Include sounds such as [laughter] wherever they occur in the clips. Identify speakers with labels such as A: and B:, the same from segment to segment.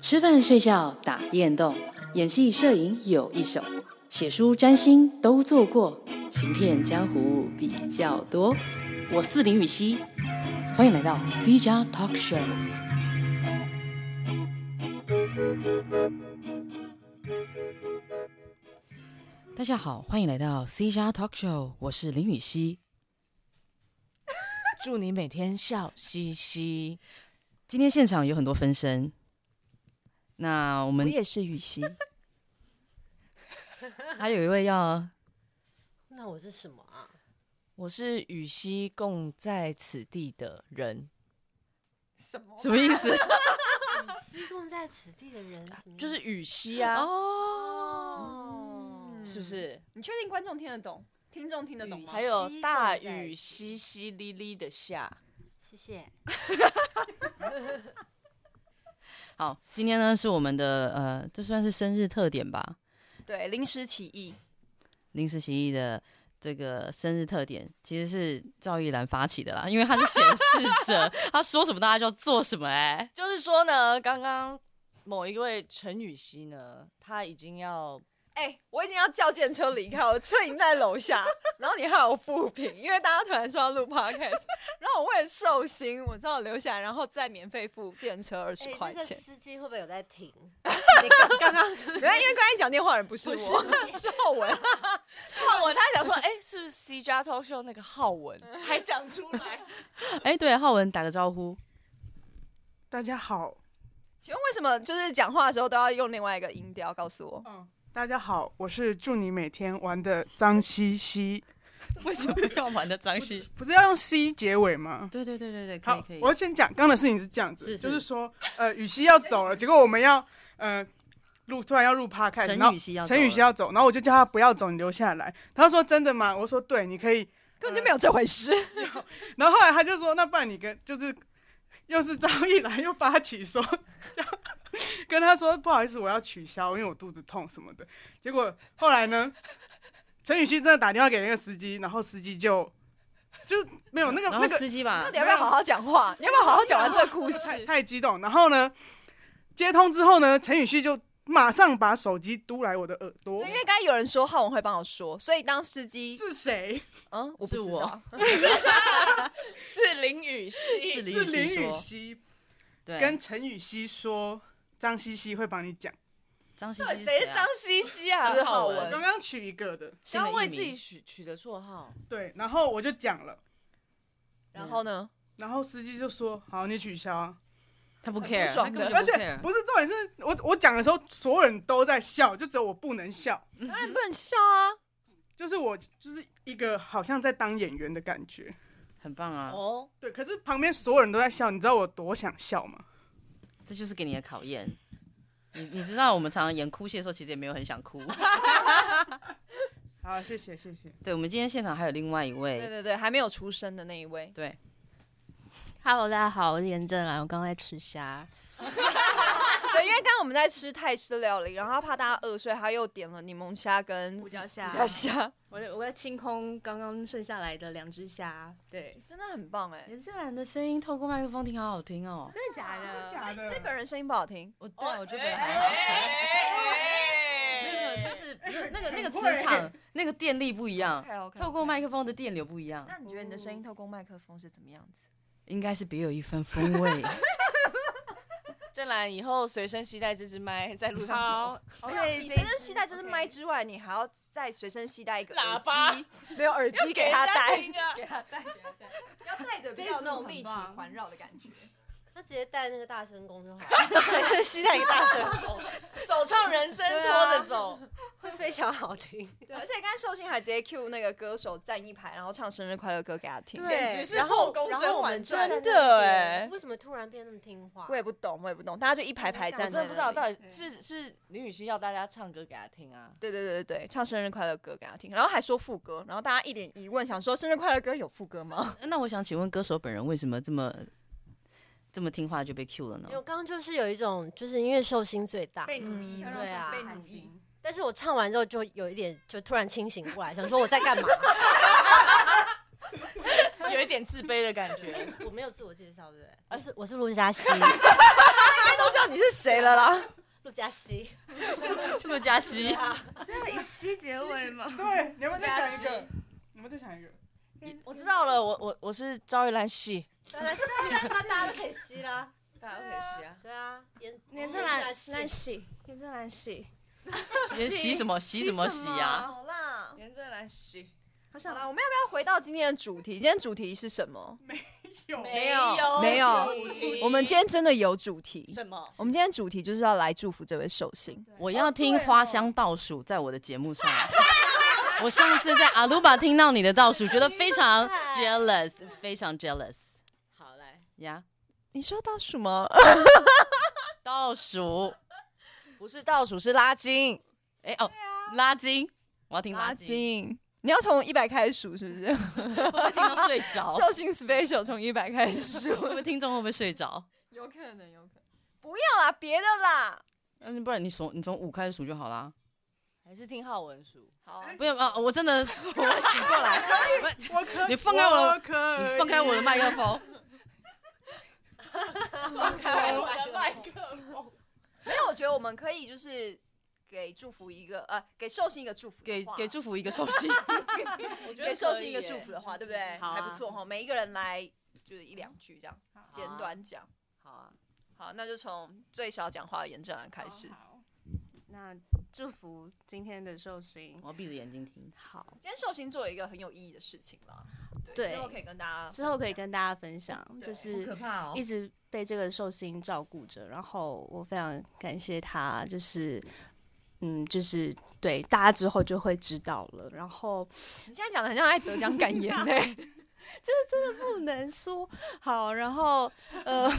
A: 吃饭、睡觉、打电动、演戏、摄影有一手，写书、占星都做过，行骗江湖比较多。我是林雨熙，欢迎来到 C 加 Talk Show。大家好，欢迎来到 C 加 Talk Show，我是林雨熙。
B: [laughs] 祝你每天笑嘻嘻。
A: 今天现场有很多分身，那我
C: 我
A: 们
C: 也是雨熙，
A: [laughs] 还有一位要
D: 那我是什么啊？ [laughs]
B: 我是与熙共在此地的人，
A: 什么意 [laughs] 思？
D: 与西共在此地的人，什么意思
B: 啊就是与熙啊，
A: 嗯
D: 哦，
C: 嗯
B: 是不
E: 嗯
B: 是？
F: 嗯你确定观众听得懂，听众听得懂吗
B: 还？有
C: 嗯
B: 大雨淅淅沥沥的下，
D: 谢谢。
A: 好，今天呢是我们的呃，这算是生日特点吧，
F: 对，临时起意，
A: 临时起意的这个生日特点，其实是赵一兰发起的啦，因为他是显示者，他说什么大家就要做什么哎、
B: 就是说呢，刚刚某一位陈雨熙呢，他已经要
F: 哎、我已经要叫建车离开，我车已经在楼下， [laughs] 然后你还有复评，因为大家突然说要录 podcast，然 [laughs] 后我为了寿星，我只好留下来，然后再免费付建车二十
D: 哎，
F: 块
D: 那个
F: 钱。
D: 司机会不会有在听？ [laughs] 你刚刚刚是不
F: 没
D: 是
F: 有，因为刚才讲电话的人不是我，是浩文。
B: 浩文，他想说，哎、是不是 C 加偷秀那个浩文还讲出来？
A: [laughs] 哎、对，浩文打个招
B: [laughs]
A: 呼，
G: 大家好，
F: 请问为什么 [laughs] 就是讲话的时候都要用另外一个音调？告诉我，
G: 嗯，大家好，我是祝你每天玩的脏兮兮，
A: 为什么要玩的脏兮兮？
G: 不是要用 C 结尾吗？
A: 对对对对对，可以
G: 好
A: 可，
G: 我
A: 以。
G: 要先讲，刚刚的事情是这样子，
A: 是是
G: 就是说，呃，雨熙要走
A: [laughs]
G: 了，结果我们要，呃，录突然要录 p o d c a s
A: 陈雨熙要走了
G: 陈雨熙要走，然后我就叫他不要走，你留下来。他说真的吗？我说对，你可以。
F: 根本就没有这回事。
G: 然后后来他就说，那不然你跟就是又是赵一来又发起说， [laughs] 跟他说不好意思，我要取消，因为我肚子痛什么的。结果后来呢，陈雨欣真的打电话给那个司机，然后司机就就没有那个
A: 然
G: 那
A: 后
G: 个
A: 司机吧
F: 到，底要不要好好讲话？你要不要好好讲完这个故
G: 太
F: 事？
G: 太激动。然后呢，接通之后呢，陈雨欣就马上把手机嘟来我的耳朵
F: 对，因，为刚才有人说浩文会帮我说，所以当司机，
G: 是谁？
F: 嗯，我不
A: 是
F: 知
A: 我
F: 道。 [laughs]
B: 是林雨熙，
A: 是林
G: 是
A: 雨
G: 林
A: 熙
G: 雨
A: 说，
G: 熙
A: 对
G: 跟，陈雨熙说，张茜茜会帮你讲。
A: 张兮
B: 到底
A: 兮
B: 谁
A: 啊
B: 是张西西啊？
F: 就是浩文
G: 我刚刚取一个的，
A: 新
B: 刚
A: 的
B: 刚
A: 艺
B: 为
A: 名
B: 自己取取的绰号，
G: 对，然后我就讲了。
F: 然后呢？
G: 然后司机就说：“好，你取消啊。
A: 他不
F: 不
A: care，他
F: 爽
A: 根本
F: 的
A: 就
G: 而
A: 不
G: 且
A: care，
G: 不是重点是，我我讲的时候，所有人都在笑，就只有我不能笑。
F: 当然不能笑啊！
G: 就是我就是一个好像在当演员的感觉。
A: 很棒啊，
B: 哦，
G: 对，可是旁边所有人都在笑，你知道我多想笑吗？
A: 这就是给你的考验。你你知道我们常常演哭戏的时候，其实也没有很
B: [laughs]
A: 想哭。
G: 好，谢谢谢谢。
A: 对，我们今天现场还有另外一
F: 对
A: 位，
F: 对对，还没有出生的那一位，
A: 对，
C: ？Hello，大家好，我是严正啊兰，我刚在吃虾。
F: 对，因为刚刚我们在吃泰式料理，然后他怕大家饿，所以他又点了柠檬虾跟
C: 胡
F: 胡
C: 椒虾，
F: 椒虾，
C: 我我在清空刚刚剩下来的两只虾。对，
F: 真的很棒哎！
A: 严正然的声音透过麦克风听，好好听哦。
C: 真的假的？
G: 假
F: 所以本人声音不好听，
A: 我对我觉
B: 哎
A: 得还好，
F: 哎
E: 哎
A: 没有没有，就是
B: 哎
A: 那那个那个磁场那个电力不一样，
F: OK，OK，OK 哦
A: 透过麦克风的电流不一样，
F: 那你觉得你的声音透过麦克风是怎么样子？
A: 应该是别有一番风味。
B: 郑兰以后随身携带这支麦在路上走，
F: 你随身携带就是麦之外，你还要再随身携带一个耳
B: 喇叭
F: 机，没有耳机 [laughs] 给他
B: 要
F: 戴
B: 给人，家听啊。 [laughs]
F: 要戴着比较有那种立体环绕的感觉。
D: 他直接带那个大声公就好
B: [laughs]
D: 了，
F: 随身携带一个大声筒，
B: 走唱人生拖着走，
D: 会非常好
B: [laughs]
D: 听。
F: 对，啊而且刚才寿星还直接 Q 那个歌手站一排，然后唱生日快乐歌给他听，
D: 对
B: 简直是
F: 然后
B: 后宫
D: 然后
B: 甄
D: 我
B: 嬛
D: 们
B: 传。啊
D: 站在那边
F: 真的欸
D: 为什么突然变那么听话
F: 我？也不懂，我也不懂，大家就一排排
D: 我
F: 站在那
B: 我真的
F: 里，
B: 不知道
D: 到
B: 到底是是林雨欣要大家唱歌给她听啊，
F: 对对对对对，唱生日快乐歌给他听，然后还说副歌，然后大家一脸疑问，想说生日快乐歌有副歌吗？
A: 那我想请问歌手本人为什么这么这么听话就被 Q 了呢
D: 因为？我刚刚就是有一种，就是因为寿星最大，
A: 奴役
D: 对啊被
F: 奴役。
D: 但是我唱完之后就有一点，就突然清醒过来，想说我在干嘛？
B: 有一点自卑的感觉。
D: [laughs] 我没有自我介绍，对不对？
B: 呃
D: 我是我是陆嘉
B: [laughs]
D: 熙，
F: 都知道你是谁了啦。
D: 陆嘉熙，
B: 陆嘉熙，
H: 这要以西结尾吗？
G: 对，你们再想一个，你们再想一个，
B: 我知道了，我我我是赵玉兰系，
D: 当然西，那大家都可以吸啦。
H: 大家都可以吸啊。
D: 对啊，严
H: 年正兰，
D: 那
H: 那洗，年正兰洗，
B: 连洗什么洗什么洗
C: 啊
B: 呀？
F: 好啦，
H: 年正兰洗，好
F: 好
H: 想
F: 啦，我们要不要回到今天的主题？今天主题是什么？
G: 有
B: 有
F: 没有
B: 题
F: 我们今天真的有主题。
B: 什么？
F: 我们今天主题就是要来祝福这位寿星。
A: 我要听花香倒数，在我的节目上。 [laughs] 我上次在阿鲁巴听到你的倒数，觉得非 [laughs] 常 jealous，非常 jealous
B: 好来，
A: 呀。
F: 你说到什么？
A: 倒数，
B: 不是倒数是拉筋，
A: 哎哦，拉筋，我要听
F: 拉
A: 拉筋，
F: 筋。你要从一百开始数，是不是？
A: 会不会听到睡 [laughs] 着？
F: 寿星 special 从一百开始
A: 会不
F: 数，
A: 会听众会不会睡着？
F: 有可能，有可能。不要啦，别的啦。
A: 那你不然你从你从五开始数就好啦。
B: 还是听浩文数？
F: 好，
A: 不要啊，我真的 [laughs] 我醒过来， [laughs]
G: 我可
A: 你放开我的
G: 可以
A: 你放开我的麦克风。
F: 没有，我觉得我们可以就是给祝福一个，呃，给寿星一个祝福的
A: 给
F: 话，
A: 给祝福一个寿星，
B: 我觉
F: 给寿星一个祝福。的话，对不对？
A: 好啊
F: 还不错哈，每一个人来就是一两句这样，
G: 啊
F: 简短讲。
A: 好啊，
F: 好，那就从最少讲话的严正兰开始。
G: 好
H: 那祝福今天的寿星
A: 我要闭着眼睛听。
H: 好，
F: 今天寿星做了一个很有意义的事情啦，
H: 对
F: 之后可以跟大家分享，
H: 之后可以跟大家分享，就
A: 好
H: 是
A: 怕哦
H: 一直被这个寿星照顾着，然后我非常感谢他，就是嗯，就是对大家之后就会知道了，然后
F: 你现在讲的很像在得奖感
H: [laughs]
F: 言嘞，
H: 不能说好，然后呃，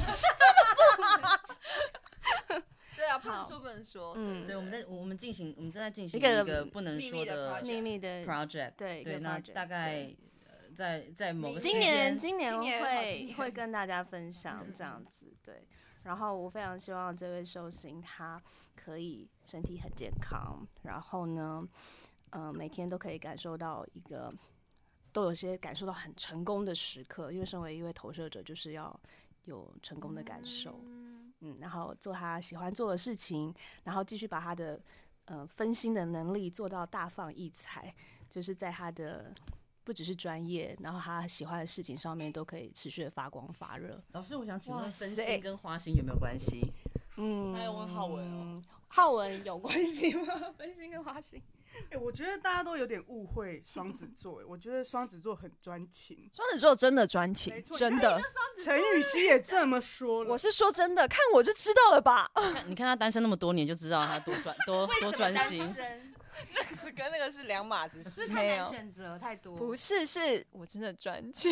F: 对啊，不
H: 好
F: 能说不能说，
H: 嗯
A: 对，我们在我们进行，我们正在进行
H: 一个
A: 一个不能
F: 秘
A: 说
F: 密的
A: 的
F: project [laughs]
H: 秘密的
A: project。
H: 对一
A: 对，
H: 个
A: 那
H: project，
A: 大概
H: 对
A: 呃在在某个
F: 今
A: 时
H: 今年
A: 间
H: 今年
F: 今年好今
H: 会
F: 年
H: 会跟大家分享这样子，对。然后我非常希望这位寿星他可以身体很健康，然后呢，呃，每天都可以感受到一个都有些感受到很成功的时刻，因为身为一位投射者，就是要有成功的感受，嗯，然后做他喜欢做的事情，然后继续把他的呃分心的能力做到大放异彩，就是在他的不只是专业，然后他喜欢的事情上面都可以持续的发光发热。
A: 老师，我想请
F: 哇
A: 问分
F: 塞
A: 心跟花心有没有关系？
H: 嗯
B: 那要问浩文
H: 哦，浩文有关系吗？分心跟花心？
G: 哎，我觉得大家都有点误会双子座，哎我觉得双子座很专情。
F: 双子座真的专情
G: 没，错
F: 真的，
G: 陈雨希也这么说了
F: 我，是说真的，看我就知道了吧？
A: 看你看他单身那么多年，就知道他多
H: [laughs]
A: 专多多专心。
B: [laughs] 跟那个是两码
H: [laughs]
B: 子事。
F: 没有，
H: 选择太多
F: 不是，是我真的专情。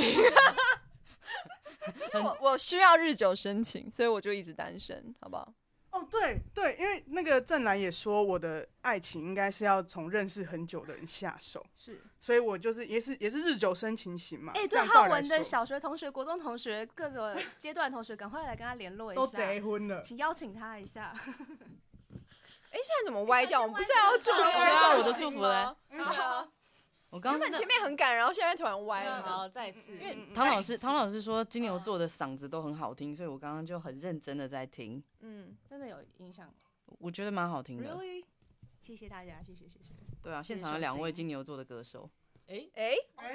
F: 我我需要日久生情，所以我就一直单身，好不好？
G: 哦，对对，因为那个郑兰也说，我的爱情应该是要从认识很久的人下手，
H: 是。
G: 所以我就是也是也是日久生情型嘛。
H: 哎，
G: 这
H: 对，
G: 样
H: 浩
G: 照理来
H: 文的
G: 说
H: 小学同学、国中同学、各种阶段同学，赶快来跟他联络
G: 都
H: 一下
G: 结，婚了，
H: 请邀请他一下。
F: 哎，现在怎么歪掉？我们不是要祝福
A: 对啊
F: 寿
A: 我的祝
F: 星
A: 福
F: 吗？
G: 嘞
F: 对啊，
A: [laughs] 我刚
F: 原
A: 刚
F: 本前面很赶，然后现在突然歪了嘛。
B: 好，再次，
F: 嗯
A: 唐老师唐老师说金牛座的嗓子都很好听，所以我刚刚就很认真的在听，
F: 嗯，
H: 真的有影响
A: 我觉得蛮好听的。
H: ，really？谢谢大家，谢谢谢谢。
A: 对啊，现场有两位金牛座的歌手，
F: 哎，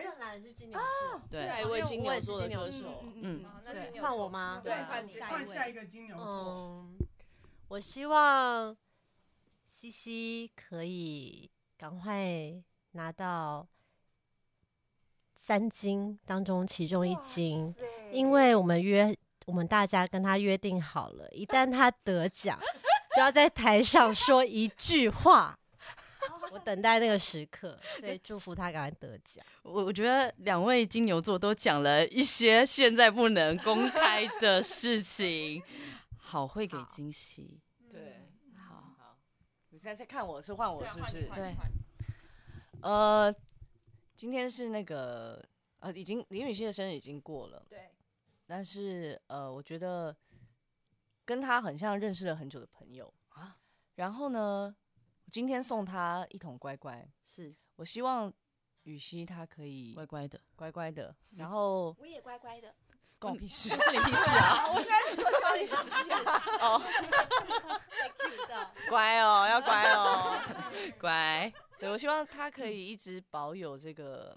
D: 正兰是今年
B: 下
A: [laughs]
B: 一
A: 对，
B: 位金牛座的歌
H: 嗯
B: 手，
A: 嗯
F: 好那今年
D: 换我吗？
F: 对
G: 换
F: 下一
G: 换
D: 位
G: 下一个金牛座，
D: 嗯，我希望西西可以赶快拿到三金当中其中一金，因为我们约我们大家跟他约定好了，一旦他得奖，就要在台上说一句话。我等待那个时刻，所以祝福他赶快得奖。
A: [laughs] 我我觉得两位金牛座都讲了一些现在不能公开的事情，好会给惊喜。
B: 对，
A: 好，
B: 好，你现在在看我是换
H: 啊
B: 我是不是？
A: 对，
B: 呃，今天是那个呃，已经林雨欣的生日已经过了，
F: 对，
B: 但是呃，我觉得跟他很像认识了很久的朋友
A: 啊
B: 然后呢，我今天送他一桶乖乖，
A: 是
B: 我希望
I: 雨熙她可以
A: 乖乖的，
I: 乖乖的，然后
H: 我也乖乖的，
I: 关我屁事。
A: 关你
B: [laughs]
A: 屁事啊！
F: 我觉得你说希望你是
H: 被 Q 到。
I: 乖哦，要乖哦，乖。对我希望他可以一直保有这个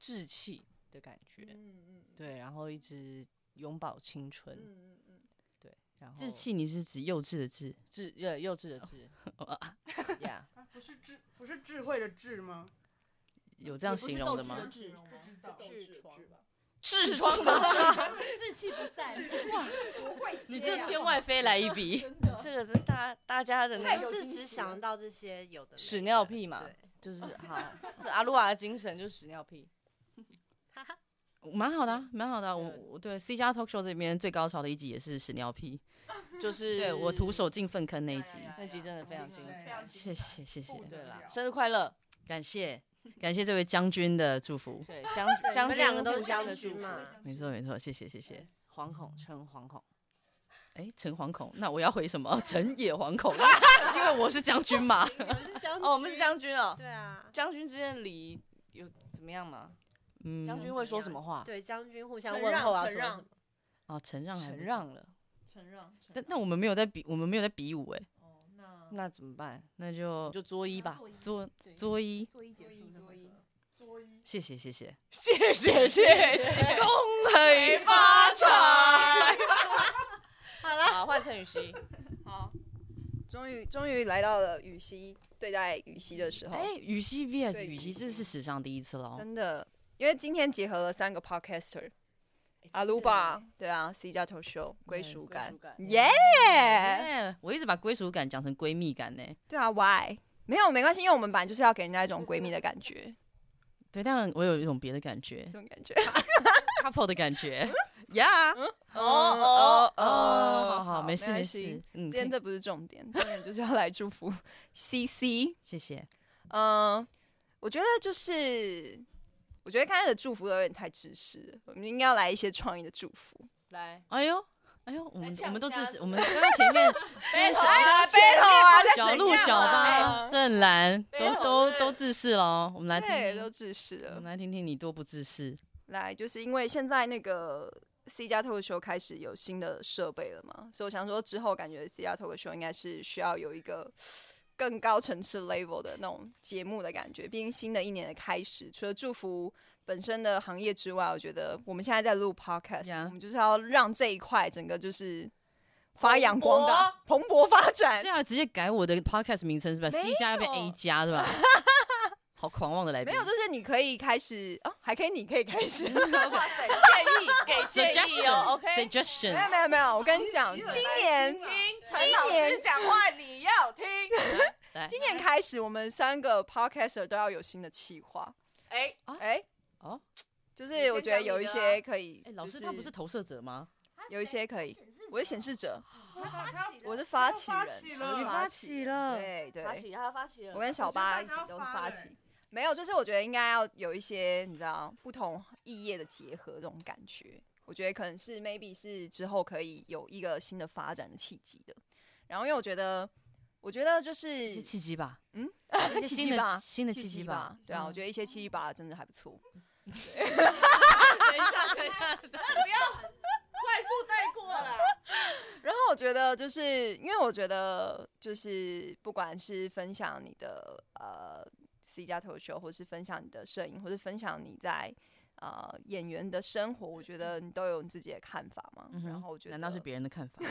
I: 稚气的感觉，
F: 嗯嗯
I: 对，然后一直永葆青春，
F: 嗯嗯
I: 对，然后
E: 稚气，你是指幼稚的稚？
I: 稚幼幼稚的
E: [laughs]
I: 稚呀，
G: 啊不是智，不是智慧的智吗？
E: 有这样形容的吗？
D: 痔疮
E: 痔疮的痔，
D: 志气不散，
F: 不会接
E: [laughs] 你这
F: 啊
E: 天外飞来一笔，
F: 真的
I: 这个是大大家的那
F: 太
I: 个
F: 有
D: 就
F: 惊
D: 是
F: 喜
D: 只
F: 了
D: 想到这些有的没
I: 屎
D: 的
I: 尿屁嘛
D: 对
I: 就是
E: [laughs]
I: 好，就是阿鲁瓦的精神就是屎尿屁，
E: 蛮好的啊，蛮好的啊。我
I: 对
E: 我对 C 加 Talk Show 这边最高潮的一集也是屎尿 [laughs] 屁，
I: 就是
E: 对我徒手进粪坑那一集。
I: 那集真的非常精彩，
E: 谢谢谢谢，
I: 对啦，生日快乐，
E: 感谢感谢这位将军的祝福。
I: 对将
D: 对你
I: 将
D: 们
I: 军
D: 两个都
I: 互
D: 是
I: 相
D: 将
I: 的
D: 军
I: 祝福，
D: 嘛，
E: 没错没错，谢谢谢谢。
I: 惶恐称惶恐，
E: 哎，陈惶恐，那我要回什么？陈也惶
I: [laughs]
E: 恐，因为我是将军嘛。
I: 哦，我们是将军哦，
D: 对啊，
I: 将军之间的礼仪有怎么样吗？
E: 嗯，
I: 将军会说什么话？
D: 对将军互相
F: 啊承
D: 问
F: 让
D: 候啊，
F: 承
D: 什么
F: 让
D: 什么，
E: 哦，承让还
I: 承
E: 不错。[laughs]
I: 让了，
F: 承让，承
E: 但但我们没有在比，我们没有在比武哎，
F: 哦，那
I: 那怎么办？
E: 那就
I: 就作揖吧。
E: 作作揖。
H: 作揖结束的那个，
E: 谢谢谢谢，
I: 谢谢谢谢，恭喜发财。好了，好换成雨熙。
F: 好，终于终于来到了雨熙对待雨熙的时候，
E: 哎，羽西 VS
F: 对
E: 羽
F: 羽
E: 西，
F: 西
E: 这是史上第一次
I: 哎
E: 了哦。
F: 真的，因为今天结合了三个 podcaster，阿
I: 哎
F: 鲁巴，对啊，C 加头
I: 嗯
F: 秀归属感，耶，
E: 哎，我一直把归属感讲成闺蜜感欸呢。
F: 对啊，Why？没有没关系，因为我们本来就是要给人家一
I: [laughs]
F: 种闺蜜的感觉，
E: 对，但我有一种别的感觉
F: [laughs] 这种感觉。
E: ，couple 的感觉。呀，
F: 哦哦
E: 哦，好好，没事没事。，嗯，
F: 今
E: 可以
F: 天这不是重点，重点就是要来祝福 [laughs] C C。
E: 谢谢。
F: 嗯，我觉得就是，我觉得刚才的祝福有点太自私了，我们应该要来一些创意的祝福。
I: 来，
E: 哎呦哎呦，我们
I: 来
E: 我们都支
I: 抢
E: 持，
I: 虾
E: 我们刚刚
F: [laughs]
E: 前面
I: 背
E: 小
F: 啊，battle 啊，
E: 小鹿、小
F: 啊
E: 巴、
F: [laughs]
E: 郑兰
I: 没有
E: 都都
I: 是
E: 都自视了哦。我们来听
F: 对，都
E: 听，
F: 自私
E: 我
F: 了
E: 们。来听听你多不自视。
F: 来，就是因为现在那个 C 加 Talk Show 开始有新的设备了嘛，所以我想说之后感觉 C 加 Talk Show 应该是需要有一个更高层次 level 的那种节目的感觉。毕竟新的一年的开始，除了祝福本身的行业之外，我觉得我们现在在录 podcast，、
E: Yeah
F: 我们就是要让这一块整个就是发扬光大、蓬勃发展
E: 这。样直接改我的 podcast 名称是吧
F: 没有
E: ？C 加要变 A 加
F: [laughs]
E: 是吧？好狂妄的来宾，
F: 没有，就是你可以开始哦，还可以，你可以开始。
J: [laughs]
I: 哇塞，建议给
J: 哦
E: suggestion suggestion
F: [laughs] 哦没有没有没有，我跟你
E: [laughs]
F: 讲，今年
I: 陈老师讲话你要听。
E: 来
F: 今年开始，我们三个 podcaster 都要有新的企划。
I: 哎，
F: 哎、
E: 哦
F: 就是我觉得有一些可以，
E: 哎，老
F: 就
E: 师他不是投射者吗？
F: 有一些可以。我是显示者，我是
G: 他
F: 发起
G: 发
F: 人，我
G: 起
F: 是
G: 了，
F: 发起人，对
I: 发
F: 对，
I: 起他发起了
F: 我，跟小巴一起
G: 我觉
F: 都
G: 得
F: 是
G: 大家要发
F: 发
G: 了
F: 起。没有，就是我觉得应该要有一些你知道不同异业的结合这种感觉，我觉得可能是 maybe 是之后可以有一个新的发展的契机的。然后因为我觉得，我觉得就是
E: 是契机吧？
F: 嗯，
E: 一些
F: 契
E: 新
F: 机吧
E: 的，新的契
F: 机
E: 机吧？嗯
F: 对啊，我觉得一些七七八真的还不错。 [laughs]
I: 快速带过了。
F: 然后我觉得就是因为我觉得就是不管是分享你的呃 C 加脱秀，或是分享你的摄影，或是分享你在呃演员的生活，我觉得你都有你自己的看法嘛。
E: 嗯哼
F: 然后我觉得，
E: 难道是别人的看法？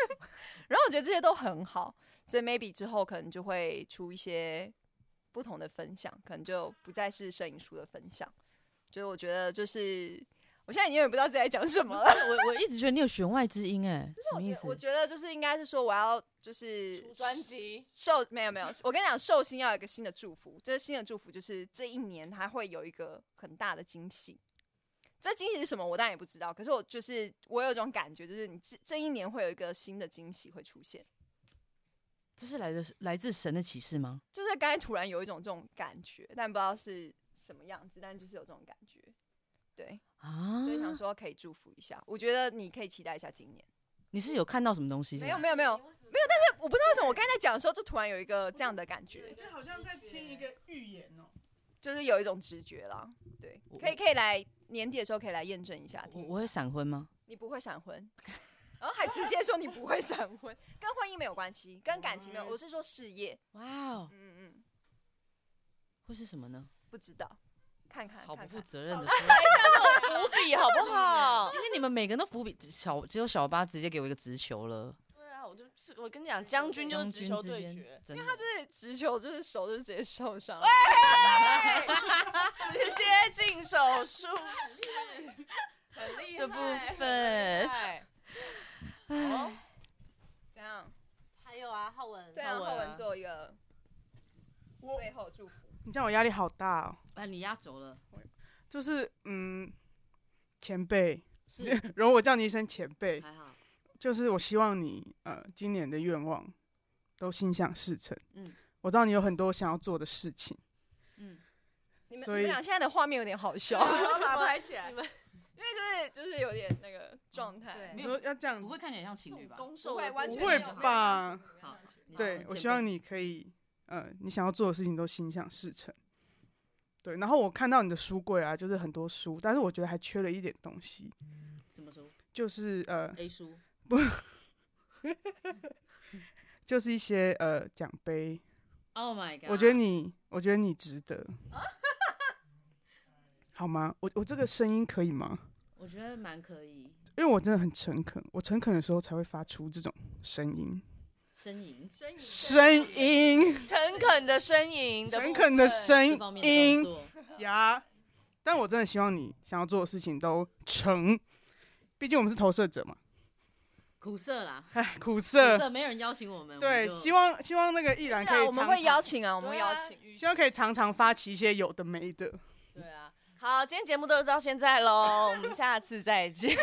E: [laughs]
F: 然后我觉得这些都很好，所以 maybe 之后可能就会出一些不同的分享，可能就不再是摄影书的分享。就是我觉得就是我现在已经也不知道自己在讲什么了。
I: [laughs]
E: 我我一直觉得你有弦外之音，哎，什么意思
F: 我？觉得就是应该是说我要就是
I: 专辑
F: 寿没有没有，我跟你讲，寿星要有一个新的祝福，这新的祝福就是这一年它会有一个很大的惊喜。这惊喜是什么？我当然也不知道，可是我就是我有一种感觉，就是你这这一年会有一个新的惊喜会出现，
E: 这是来自来自神的启示吗？
F: 就是刚才突然有一种这种感觉，但不知道是什么样子，但就是有这种感觉，对，
E: 啊，
F: 所以想说可以祝福一下，我觉得你可以期待一下今年。
E: 你是有看到什么东西？
F: 没有没有没有没有，但是我不知道为什么我刚才在讲的时候，就突然有一个这样的感觉，
G: 这好像在听一个预言哦。
F: 就是有一种直觉啦。对，可以可以来年底的时候可以来验证一下。
E: 我我会闪婚吗？
F: 你不会闪婚， [laughs] 然后还直接说你不会闪婚，跟婚姻没有关系，跟感情没有，我是说事业。
E: 哇哦，
F: 嗯嗯，
E: 会是什么呢？
F: 不知道，看看，
E: 好不
F: 看
E: 负
F: 看
E: 责任的。
J: 伏笔好不好？
E: 今天你们每个人都伏笔，小只有小八直接给我一个直球了。
J: 对啊，我就是我跟你讲，将军就是直球对决，，
E: 因为他就是
F: 对直球就是手就直接受伤了，
J: [laughs] 直接进手术室，很厉害
E: 的部分。
J: 害。哦
F: 这样。
K: 还有啊，浩文，
F: 对啊，
J: 浩文
F: 浩
J: 啊
F: 文做一个最后祝福。
G: 你这样我压力好大哦。
E: 哎，你压轴了，
G: 就是嗯，前辈，
E: 是
G: [laughs] 容我叫你一声前辈。
E: 还好。
G: 就是我希望你呃今年的愿望都心想事成。
E: 嗯
G: 我知道你有很多想要做的事情，
E: 嗯，
F: 你们你
G: 所以
F: 们俩现在的画面有点好
G: [laughs]
F: 笑，打拍起来，因为就是就是有点那个状态，
G: 你
E: 没
G: 说
E: 有，
G: 要这样
E: 不，会看起来像情侣吧？
F: 不会完全
G: 不会
F: 没有
G: 吧？
E: 好，你说
G: 对
E: 前
G: 我
E: 辈
G: 希望你可以呃你想要做的事情都心想事成。对，然后我看到你的书柜啊，就是很多书，但是我觉得还缺了一点东西，
E: 什么书
G: 就是呃，
E: ？A 书
G: 就是一些呃奖杯。
E: ？Oh my god！
G: 我觉得你，我觉得你值得，好吗？我我这个声音可以吗？
E: 我觉得蛮可以，
G: 因为我真的很诚恳，我诚恳的时候才会发出这种声音，
E: 呻吟
G: 声音，
J: 诚恳的呻吟的部
G: 诚
J: 分，
G: 恳的
E: 这
G: 声
E: 方面的
G: 音
E: 动作。
G: 呀。但我真的希望你想要做的事情都成，毕竟我们是投射者嘛，
E: 苦涩啦，
G: 唉，苦
E: 苦
G: 涩。
E: 涩，没有人邀请我们。
G: 对，希
E: 望
G: 望希望那个依
F: 是
G: 然可以
F: 啊，
G: 常，
F: 我们会邀请啊，我们会
J: 对
F: 邀
J: 啊
F: 请。
G: 希望可以常常发起一些有的没的。
J: 对啊，好，今天节目都到现在喽，我们下次再见。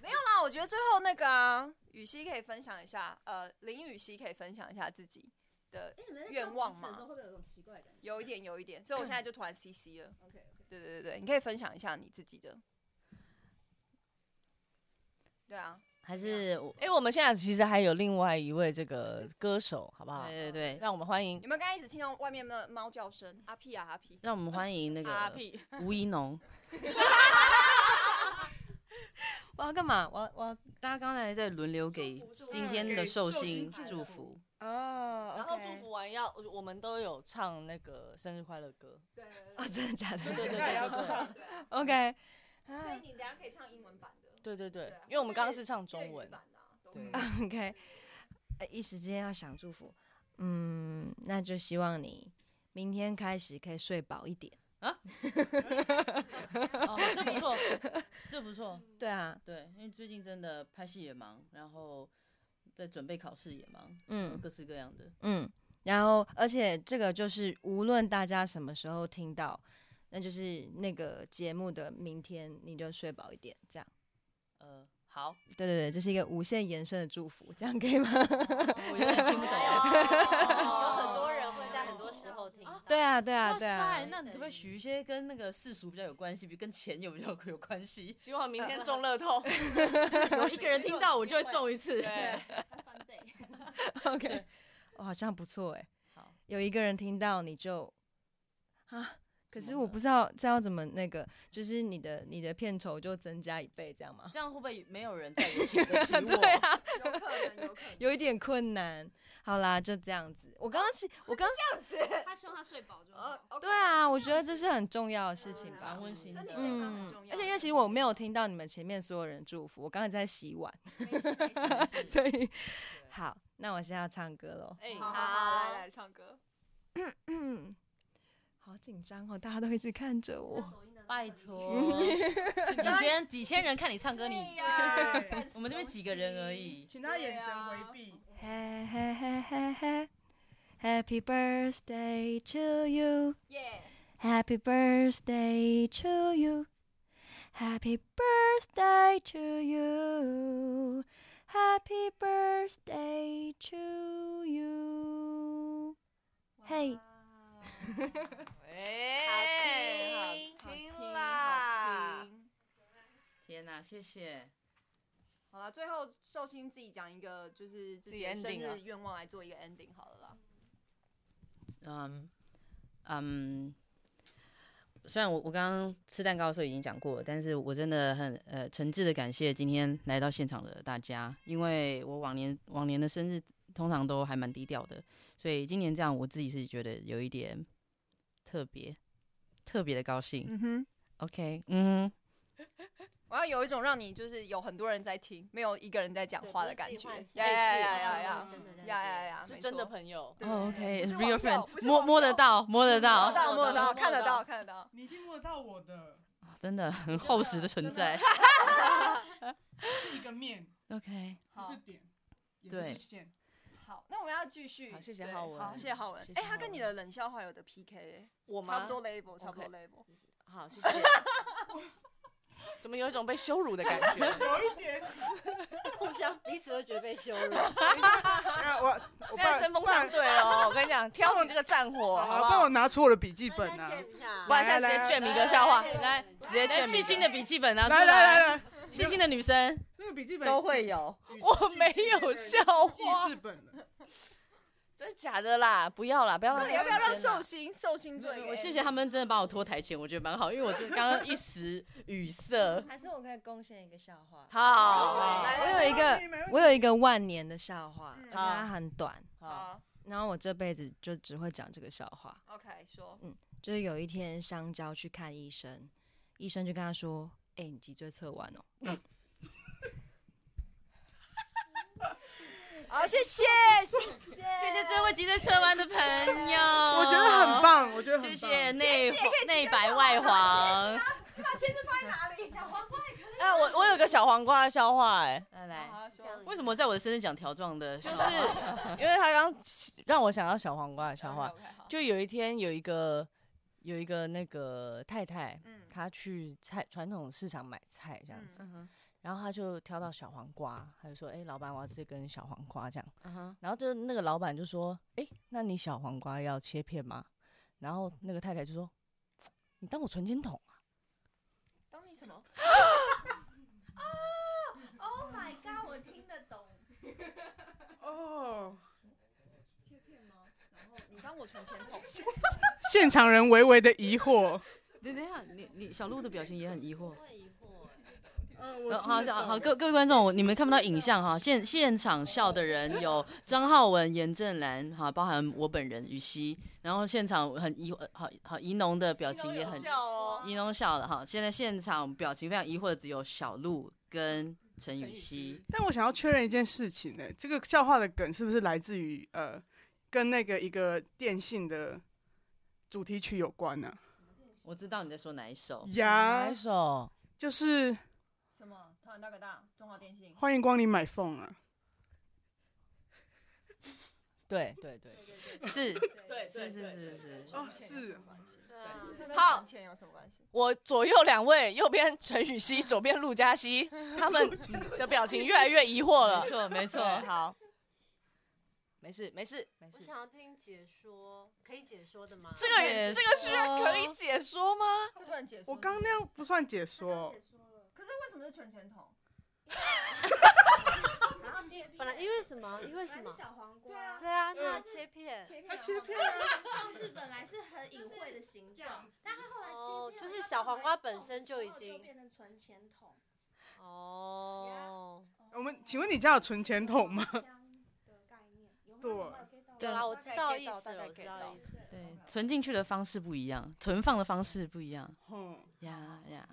F: 那我觉得最后那个啊，雨熙可以分享一下，呃，林雨熙可以分享一下自己的愿望嘛？
L: 会不会有种奇怪的感觉？
F: 有一点，有一点，所以我现在就突然 CC 了。
L: OK，OK
F: 对对对对，你可以分享一下你自己的。对啊，
E: 还是我
J: [laughs] 哎、我们现在其实还有另外一位这个歌手，好不好？
E: 对对对，
J: 让我们欢迎
F: 有，没有刚才一直听到外面的猫叫声？阿屁啊阿屁，啊
E: 让我们欢迎那
F: 阿
E: 个
F: 屁，
E: 吴一农。
F: 我要干嘛？我要我要
E: 大家刚才在轮流给今天的寿星祝福，
F: 哦，
J: 然后祝福完要，我们都有唱那个生日快乐歌。
F: 啊，
J: 哦
F: 真的假的？
J: 对对对
G: 那也要
J: 对对
G: 唱
F: ，OK。所
I: 啊
F: 以你等下可以唱英文版的，
J: 嗯对对对
F: 对啊，
J: 因为我们刚刚是唱中文。
F: 版的啊，都
J: 对
F: 可以
I: [laughs] OK，呃一时间要想祝福，嗯，那就希望你明天开始可以睡饱一点。
E: 哦，这不错，这不错。
F: 嗯
I: 对啊，
E: 对，因为最近真的拍戏也忙，然后在准备考试也忙，
I: 嗯
E: 各式各样的。
I: 嗯，然后而且这个就是无论大家什么时候听到，那就是那个节目的明天你就睡饱一点，这样。
E: 呃，好，
I: 对对对，这是一个无限延伸的祝福，这样可以吗？ [laughs]
E: 我有点听不懂。啊
H: 有很多人会在很多时候听到，
I: 对啊，对啊，
E: 哇
I: 对
E: 塞
I: 啊，，
E: 那你可不可以许一些跟那个世俗比较有关系，比如跟钱有比较有关系？
J: 希望明天中乐透。
E: 有一个人听到我就会中一次。 [laughs]
J: 对，
H: 翻倍。
I: OK，哦，好像不错哎。
E: 好，
I: 有一个人听到你就啊，可
E: 怎
I: 是
E: 么
I: 我
E: 了
I: 不知道这要怎么那个，就是你的你的片酬就增加一倍这样吗？ [laughs]
E: 这样会不会没有人再有请得起我？
I: 对啊，
F: 有可能，有可能。
I: 有一点困难。好啦，就这样子。我刚刚是，我刚
H: 他希望他睡饱就好。
F: 哦，OK，
I: 对啊，我觉得这是很重要的事情吧。
E: 蛮温馨的
F: 身体。健康很
I: 嗯
F: 重，要。
I: 而且因为其实我没有听到你们前面所有人祝福，我刚才在洗碗，
E: 是
I: [laughs] 所以好，那我现在要唱歌喽。
F: [laughs] 哎，
H: 好
F: 好，好来
H: 好
F: 来唱歌。
I: 嗯，好紧张哦，大家都一直看着我。
E: 拜托，几千几千人看你唱歌，你
F: 呀，
E: 我们这边几个人而已。
G: [laughs] 请他眼神回避。
I: 嘿嘿嘿嘿嘿，Happy birthday to you。
F: 耶，
I: Happy birthday to you. Happy birthday to you. Happy birthday to you. 嘿
F: 哇，
J: 哎，好听啦
F: 好！听
E: 天哪、谢谢。
F: 好了，最后寿星自己讲一个，就是
J: 自
F: 自
J: 己
F: 己的生
J: ending 啊
F: 日愿望来做一个 ending 好了啦。
E: 嗯，嗯，虽然我我刚刚吃蛋糕的时候已经讲过了，但是我真的很呃诚挚的感谢今天来到现场的大家，因为我往年往年的生日通常都还蛮低调的，所以今年这样我自己是觉得有一点特别特别的高兴。
F: 嗯哼
E: ，OK，嗯
F: 我要有一种让你就是有很多人在听，没有一个人在讲话的感觉。
B: 类
F: 呀
B: 似
F: 呀呀
B: 的
F: 呀呀
B: 真的
H: 啊
F: 呀呀呀！
B: 是
F: 没
B: 真的
F: 错
B: 朋友。
E: 哼，哦，OK，is
F: 网
E: real
F: 友
E: friend，
F: 不是
E: 摸
F: 网
E: 摸得
F: 友
E: 到，摸得
F: 摸
E: 到
F: 得，到，摸得到，
B: 摸得到
F: 看得到，看得到。
G: 你一定摸得到我的，
E: 真的很厚实的存在。
G: 是一个面，
E: OK，
G: 不
F: 好
G: 是点，也不
E: 对
G: 是线。
F: 好，那我们要继续。
B: 好谢谢
F: 对
B: 浩文
F: 好，谢谢浩文
B: 谢。谢
F: 哎，他
B: 浩
F: 跟你的冷笑话有的 PK，
B: 我
F: 欸差
B: 吗？
F: 不多 label，差不多
B: OK
F: label。
B: 好，谢谢。怎么有一种被羞辱的感觉？
G: 有一点，
D: 互相彼此都觉得被羞
F: [laughs]
D: 辱。
G: 啊我我
B: 现在针锋相对哦，我跟你讲，挑起这个战火，好
G: 好，
B: 不
G: 帮我
B: 好？
G: 拿出我的笔记本啊！
B: 不然现
G: 来
B: 在直接
G: 来
B: 卷一个笑话，
E: 来
B: 直接
E: 来
B: 卷
E: 细心的笔记本拿出
G: 来来来来，
E: 细心的女生，
G: 那个笔记本
B: 都会有。
G: 与时
B: 我
G: 俱进
B: 没
G: 那
B: 有
G: 个
B: 笑
G: 记
B: 话，
G: 事本了。
B: 真的假的啦？不要啦，不要
F: 那
B: 浪费
F: 你要不要让
B: 时间啦
F: 寿星寿星做一个？
E: 我谢谢他们真的把我拖台前，我觉得蛮好，因为我这刚刚一时语塞。
I: 还是我可以贡献一个笑话。
B: 好好好
I: 我有一个，我有一个万年的笑话，而且它很短，
B: 好，
F: 好
I: 然后我这辈子就只会讲这个笑话。
F: ，OK，说
I: 就是有一天，香蕉去看医生，医生就跟他说：“哎、你脊椎侧弯哦。
F: 好，谢谢谢谢
E: 谢谢这位脊椎侧弯的朋友，
G: 我
E: 我
G: 觉得很。棒，我觉得很
E: 谢
G: 棒。
E: 谢内内白外黄，
B: 哎，
E: 啊
B: 我我有个小黄瓜的笑话，哎，
E: 来来，
F: 哦好，说
E: 为什么在我的生日讲条状的？就是
B: 因为他刚让我想到小黄瓜的笑 [laughs] 话，
F: OK，好
B: 就有一天有一个有一个那个太太，
F: 嗯
B: 她去菜传统市场买菜这样子，
E: 嗯哼
B: 然后她就挑到小黄瓜，她就说：“哎、老板，我要这根小黄瓜。”这样，
E: 嗯哼，
B: 然后就那个老板就说：“哎、那你小黄瓜要切片吗？”然后那个太太就说：“你当我存钱筒啊
F: 当你什么？
H: Oh my god！我听得懂。
G: 哦，
F: 你当我存钱
G: [laughs]
F: 筒？
G: 现场人微微的疑惑。
E: 等等一下，你你小鹿的表情也很疑惑。
G: 嗯，
E: 呃好，好，好，各各位观众，我你们看不到影像哈，现现场笑的人有张浩文、严正兰哈，包含我本人于西，然后现场很疑，呃好好怡农的表情也很
B: 哦
E: 怡农笑了哈。现在现场表情非常疑惑的只有小鹿跟陈雨希，
G: 但我想要确认一件事情呢、这个笑话的梗是不是来自于呃，跟那个一个电信的主题曲有关呢、
E: 我知道你在说哪一首。
B: 哪
G: 呀
B: 一，首？
G: 就是
F: 什么？突然大哥大，中华电信。
G: 欢迎光临买凤啊。
B: 对对对，
E: 是
B: 对
E: 是是是是，
G: 哦，是
F: 啊
D: 啊
F: 好，钱有什么关系？
B: 我左右两位，右边陈雨希，左边陆嘉熙，他们的表情越来越疑惑了
E: 哦没。错没错
B: 对，。好， [laughs] 没事没事没
D: 我
B: 事。
D: 想要听解说，可以解说的吗？
B: 这个
E: 解
B: 人这个是可以解说吗？
F: 这不能解释。
G: 我刚那样不算解说，哦
F: 可是为什么是存钱筒？
D: 本来因为什么？因为什么？
H: 小黄瓜，
D: 对啊，
F: 嗯
D: 那切片
G: 他切片
H: 状啊是本来是很隐晦的形状，但它后来
D: 哦
H: 切片
D: 就是小黄瓜本身就已经
H: 就变成存钱筒。
D: 哦。
G: 我们请问你家有存钱
F: [laughs]
G: 筒
H: [laughs]
G: 吗？
H: 的概念有没
G: 对
H: 有办法 get 到
E: 对
D: 对
E: 啊
D: 啦，我知道意思
F: 大
D: 了，
F: 概
D: 我
F: get
D: 知
F: 到
D: 道意思。
E: 对，存进去的方式不一样，存放的方式不一样
G: 哦，
E: 呀呀。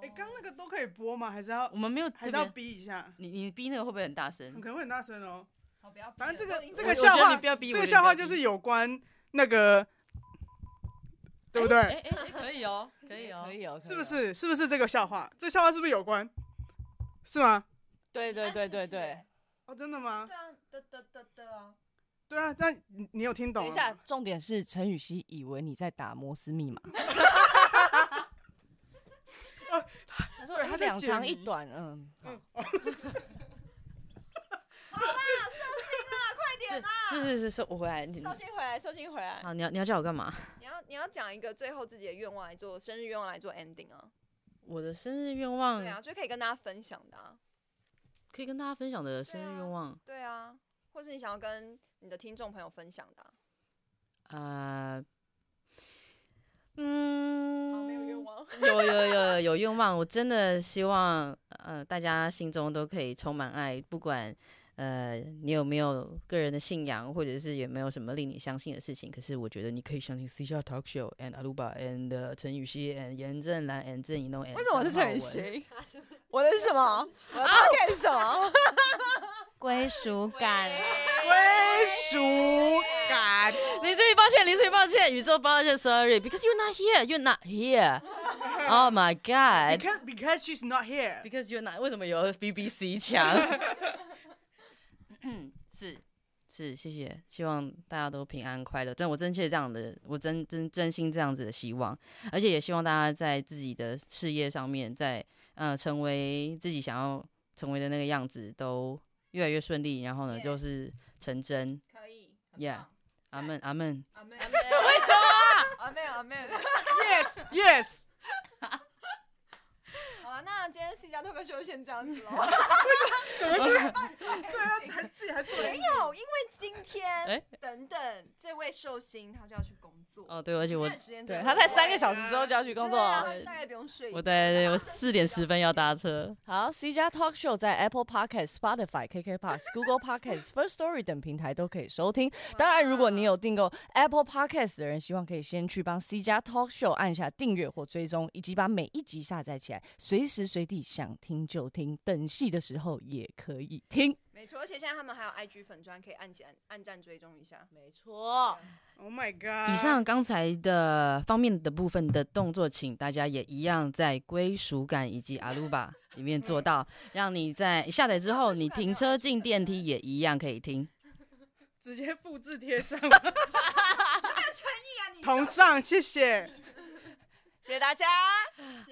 G: 哎，刚那个都可以播吗？还是要
E: 我们没有
G: 还
E: 特
G: 是要
E: 别，
G: 逼一下？
E: 你你逼那个会不会很大声
G: 可？能会很大声哦。
F: 好，不要逼
G: 反
F: 了。
G: 正这个
E: 我
G: 这个
E: 我
G: 笑
E: 觉得你
G: 话
E: 不，要逼我，
G: 这个
E: 你
G: 笑
E: 不要
G: 话
E: 逼
G: 就是有关那个，对不
E: 哎
G: 对？
E: 哎哎，可以哦，可以哦
B: 可。以哦，可以
G: 是不
B: 哦？
G: 是？是不是这个笑话？这笑话是不是有关？是吗？
B: 对对对对对。
G: 哦，真的吗
F: 对？啊，的的的的啊。
G: 对啊，但你你有听懂
B: 等
G: 啊了
B: 一
G: 吗？
B: 下，重点是陈雨希以为你在打摩斯密码。他说
G: 对
B: 哎
G: 他在
B: 两
G: 解
B: 长
G: 谜
B: 一短，嗯，好
E: 是是是是，我回来。你
F: 寿星回来，寿星回来。
E: 好，你要你要叫我干嘛？
F: 你要你要讲一个最后自己的愿望来做生日愿望来做 ending 啊。
E: 我的生日愿望
F: 对啊，就可以跟大家分享的啊。
E: 可以跟大家分享的生日愿望，
F: 对啊，或是你想要跟你的听众朋友分享的啊。
E: 呃，嗯，
F: 哦没有愿望，
E: 有有有有愿望，我真的希望呃大家心中都可以充满爱，不管呃你有没有个人的信仰，或者是有没有什么令你相信的事情，可是我觉得你可以相信 C 下 Talk Show and 阿鲁巴 and、呃陈雨希 and 严正兰 and 郑怡农 and
F: 为什么是
E: 陈
F: 陈雨？
E: [laughs]
F: 希？我的是什 [laughs] 么？我的 podcast 是什 [laughs] 么？
I: 归属感，
F: 哎
G: 归属感。
E: 林思雨，抱歉，林思雨，抱歉，宇宙抱歉，sorry，because you're not here, you're not here. Oh my god.
G: Because because she's not here.
E: Because you're not，为什么有
B: [laughs]
E: BBC 强？是是，谢谢，希望大家都平安快乐。真，我真切这样的，我真真真心这样子的希望，而且也希望大家在自己的事业上面，在呃成为自己想要成为的那个样子，都越来越顺利。然后呢就是成真。
F: 可以。
E: Yeah，阿门阿门。
F: 阿妹，为什么？啊阿妹，阿妹。
G: [laughs] Yes yes。
F: 好了，那今天 C 加脱口秀就先这样子喽。 [laughs]
G: 对啊，还自己还做了一
F: 没
G: 集啊
F: 哦有，因为今天
E: 哎
F: 等等，这位寿星他就要去工作。
E: 哦，对，而且我
F: 现在时间真
B: 对
F: 的
B: 他
F: 很
B: 在
F: 晚
B: 三个小时之后就要去工作
F: 对啊
B: 了。
F: 他大概不用睡一觉。
E: 我在我四点十分要搭车。
B: 好，C 加 Talk Show 在 Apple Podcast、Spotify、KK p o s [laughs] Google Podcast、First Story 等平台都可以收听。当然，如果你有订购 Apple Podcast 的人，希望可以先去帮 C 加 Talk Show 按下订阅或追踪，以及把每一集下载起来，随时随地想听就听，等戏的时候也可以听。
F: 没错，而且现在他们还有 IG 粉砖，可以按起按按赞追踪一下。
B: 没错，
G: Oh my god！
E: 以上刚才的方面的部分的动作，请大家也一样在归属感以及阿鲁巴里面做到，让你在下载之后，你停车进电梯也一样可以听。
G: 直接复制贴 [laughs] 上，
F: 对啊，你
G: 同上，谢谢。
B: 谢谢大家，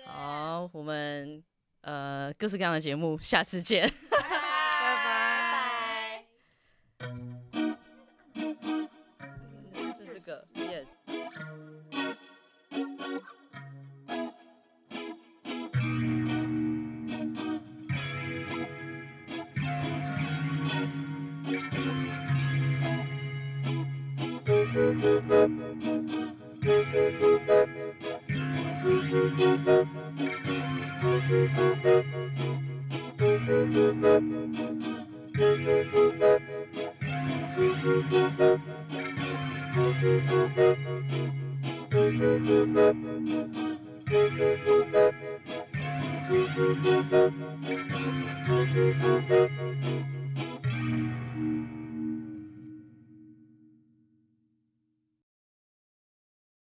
E: 好，我们呃各式各样的节目，下次见。
F: 拜拜。
E: 是这个，yes。
M: Thank